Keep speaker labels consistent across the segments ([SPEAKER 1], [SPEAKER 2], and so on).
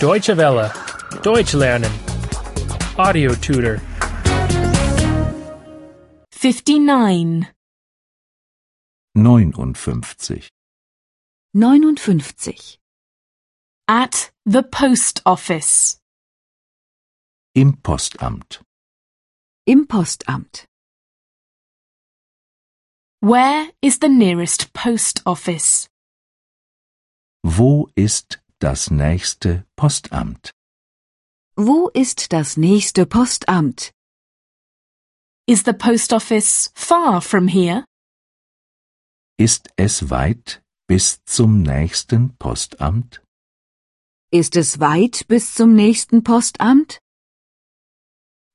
[SPEAKER 1] Deutsche Welle. Deutsch lernen. Audio tutor.
[SPEAKER 2] 59.
[SPEAKER 3] 59.
[SPEAKER 4] 59.
[SPEAKER 2] At the post office.
[SPEAKER 3] Im Postamt.
[SPEAKER 4] Im Postamt.
[SPEAKER 2] Where is the nearest post office?
[SPEAKER 3] Wo ist das nächste Postamt?
[SPEAKER 4] Wo ist das nächste Postamt?
[SPEAKER 2] Is the post office far from here?
[SPEAKER 3] Ist es weit bis zum nächsten Postamt?
[SPEAKER 4] Ist es weit bis zum nächsten Postamt?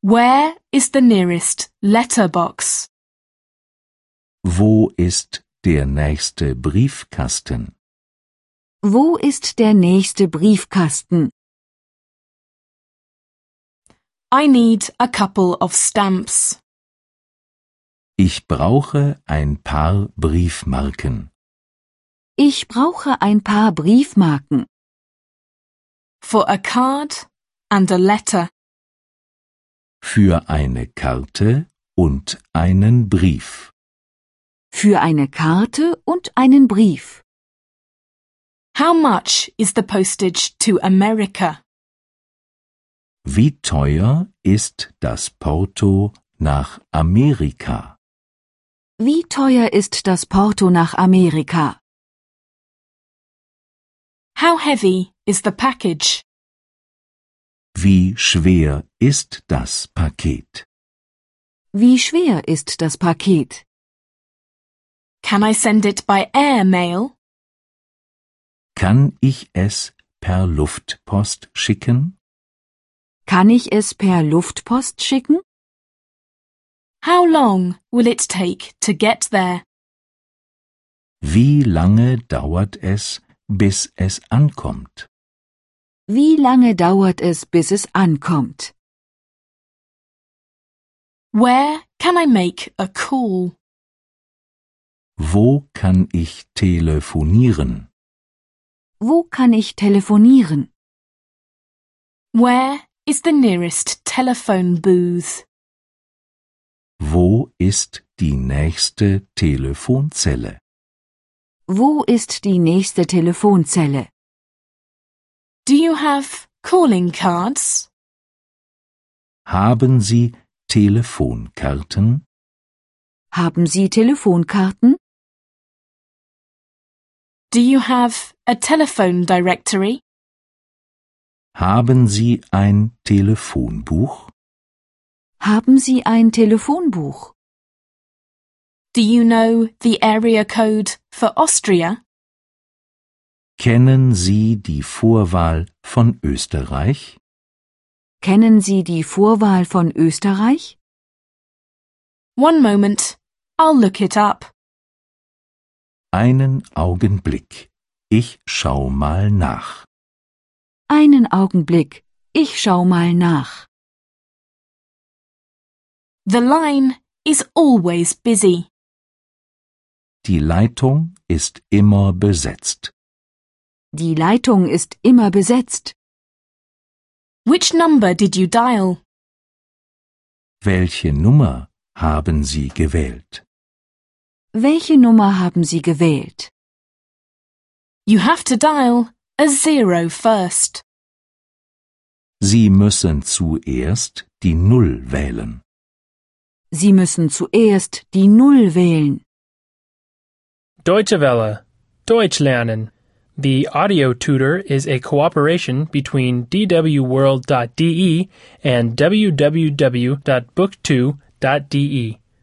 [SPEAKER 2] Where is the nearest letterbox?
[SPEAKER 3] Wo ist der nächste Briefkasten?
[SPEAKER 4] Wo ist der nächste Briefkasten?
[SPEAKER 2] I need a couple of stamps.
[SPEAKER 3] Ich brauche ein paar Briefmarken.
[SPEAKER 4] Ich brauche ein paar Briefmarken
[SPEAKER 2] For a card and a letter.
[SPEAKER 3] Für eine Karte und einen Brief.
[SPEAKER 4] für eine Karte und einen Brief.
[SPEAKER 2] How much is the postage to America?
[SPEAKER 3] Wie teuer ist das Porto nach Amerika?
[SPEAKER 4] Wie teuer ist das Porto nach Amerika?
[SPEAKER 2] How heavy is the package?
[SPEAKER 3] Wie schwer ist das Paket?
[SPEAKER 4] Wie schwer ist das Paket?
[SPEAKER 2] Can I send it by airmail?
[SPEAKER 3] Kann ich es per Luftpost schicken?
[SPEAKER 4] Kann ich es per Luftpost schicken?
[SPEAKER 2] How long will it take to get there?
[SPEAKER 3] Wie lange dauert es, bis es ankommt?
[SPEAKER 4] Wie lange dauert es, bis es ankommt?
[SPEAKER 2] Where can I make a call?
[SPEAKER 3] Wo kann ich telefonieren?
[SPEAKER 4] Wo kann ich telefonieren?
[SPEAKER 2] Where is the nearest telephone booth?
[SPEAKER 3] Wo ist die nächste Telefonzelle?
[SPEAKER 4] Wo ist die nächste Telefonzelle?
[SPEAKER 2] Do you have calling cards?
[SPEAKER 3] Haben Sie Telefonkarten?
[SPEAKER 4] Haben Sie Telefonkarten?
[SPEAKER 2] Do you have a telephone directory?
[SPEAKER 3] Haben Sie ein Telefonbuch?
[SPEAKER 4] Haben Sie ein Telefonbuch?
[SPEAKER 2] Do you know the area code for Austria?
[SPEAKER 3] Kennen Sie die Vorwahl von Österreich?
[SPEAKER 4] Kennen Sie die Vorwahl von Österreich?
[SPEAKER 2] One moment. I'll look it up.
[SPEAKER 3] Einen Augenblick. Ich schau mal nach.
[SPEAKER 4] Einen Augenblick, ich schau mal nach.
[SPEAKER 2] The line is always busy.
[SPEAKER 3] Die Leitung ist immer besetzt.
[SPEAKER 4] Die Leitung ist immer besetzt.
[SPEAKER 2] Which number did you dial?
[SPEAKER 3] Welche Nummer haben Sie gewählt?
[SPEAKER 4] Welche Nummer haben Sie gewählt?
[SPEAKER 2] You have to dial a zero first.
[SPEAKER 3] Sie müssen zuerst die Null wählen.
[SPEAKER 4] Sie müssen zuerst die Null wählen.
[SPEAKER 1] Deutsche Welle. Deutsch lernen. The audio tutor is a cooperation between E dwworld.de and www.book2.de.